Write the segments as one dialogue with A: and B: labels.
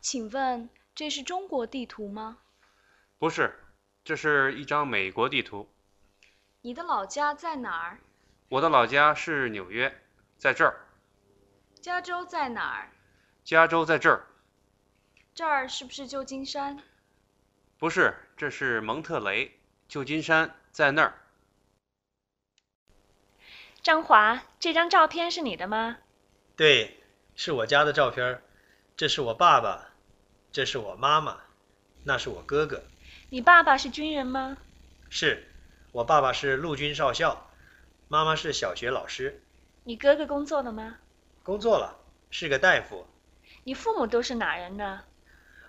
A: 请问这是中国地图吗？
B: 不是，这是一张美国地图。
A: 你的老家在哪儿？
B: 我的老家是纽约，在这儿；
A: 加州在哪儿？
B: 加州在这儿，
A: 这儿是不是旧金山？
B: 不是，这是蒙特雷，旧金山在那儿。
C: 张华，这张照片是你的吗？
D: 对，是我家的照片儿，这是我爸爸，这是我妈妈，那是我哥哥。
C: 你爸爸是军人吗？
D: 是，我爸爸是陆军少校，妈妈是小学老师，
C: 你哥哥工作了吗？
D: 工作了，是个大夫。
C: 你父母都是哪人呢？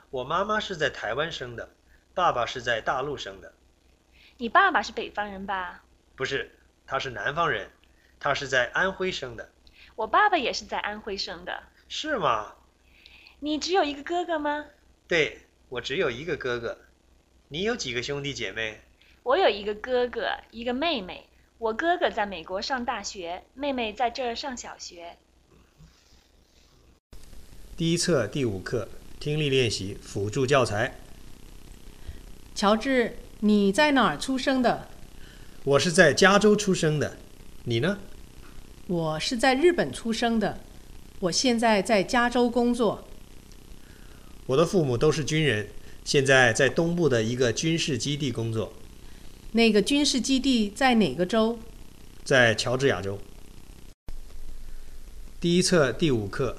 D: 我妈妈是在台湾生的，爸爸是在大陆生的。
C: 你爸爸是北方人吧？
D: 不是，他是南方人，他是在安徽生的。
C: 我爸爸也是在安徽生的。
D: 是吗？
C: 你只有一个哥哥吗？
D: 对，我只有一个哥哥。你有几个兄弟姐妹？
C: 我有一个哥哥，一个妹妹。我哥哥在美国上大学，妹妹在这儿上小学。
D: 第一册第五课，听力练习辅助教材。
E: 乔治，你在哪儿出生的？
D: 我是在加州出生的，你呢？
E: 我是在日本出生的，我现在在加州工作。
D: 我的父母都是军人，现在在东部的一个军事基地工作，
E: 那个军事基地在哪个州？
D: 在乔治亚州。第一册第五课，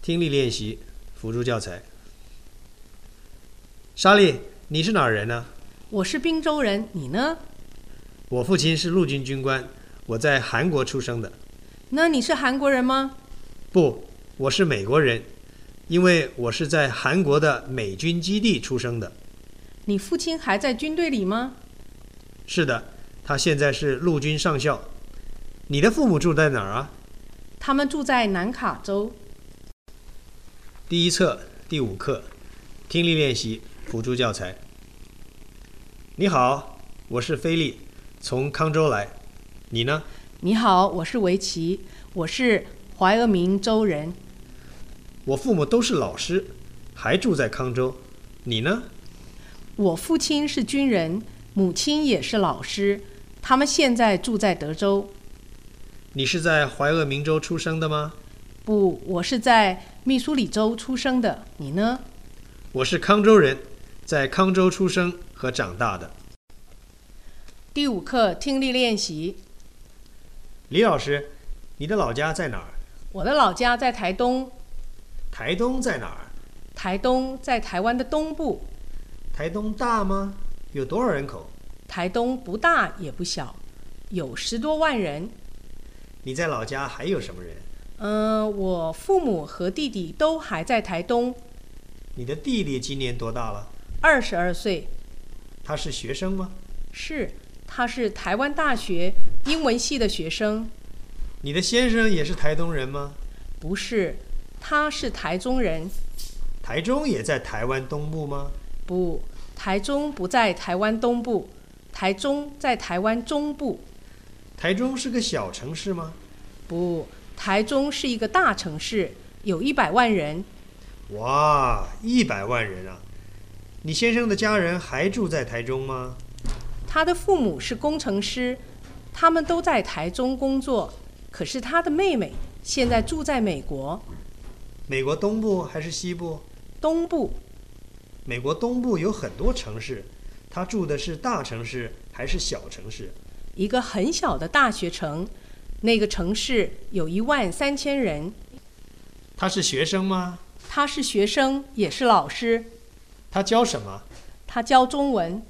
D: 听力练习辅助教材。莎莉，你是哪儿人呢、
E: 我是滨州人，你呢？
D: 我父亲是陆军军官，我在韩国出生的。
E: 那你是韩国人吗？
D: 不，我是美国人，因为我是在韩国的美军基地出生的。
E: 你父亲还在军队里吗？
D: 是的，他现在是陆军上校。你的父母住在哪儿啊？
E: 他们住在南卡州。
D: 第一册第五课，听力练习辅助教材。你好，我是菲利，从康州来。你呢？
E: 你好，我是维奇，我是怀俄明州人。
D: 我父母都是老师，还住在康州。你呢？
E: 我父亲是军人，母亲也是老师，他们现在住在德州。
D: 你是在怀俄明州出生的吗？
E: 不，我是在密苏里州出生的。你呢？
D: 我是康州人，在康州出生和长大的。
E: 第五课听力练习。
D: 李老师，你的老家在哪儿？
E: 我的老家在台东，
D: 台东在哪儿？
E: 台东在台湾的东部。
D: 台东大吗？有多少人口？
E: 台东不大也不小，有十多万人。
D: 你在老家还有什么人？
E: 嗯、我父母和弟弟都还在台东，
D: 你的弟弟今年多大了？
E: 二十二岁。
D: 他是学生吗？
E: 是，他是台湾大学英文系的学生，
D: 你的先生也是台东人吗？
E: 不是，他是台中人。
D: 台中也在台湾东部吗？
E: 不，台中不在台湾东部，台中在台湾中部。
D: 台中是个小城市吗？
E: 不，台中是一个大城市，有一百万人。
D: 哇，一百万人啊！你先生的家人还住在台中吗？
E: 他的父母是工程师，他们都在台中工作。可是他的妹妹现在住在美国
D: 美国东部还是西部？
E: 东部。
D: 美国东部有很多城市，他住的是大城市还是小城市？
E: 一个很小的大学城，那个城市有一万三千人。
D: 他是学生吗？
E: 他是学生，也是老师，
D: 他教什么？
E: 他教中文。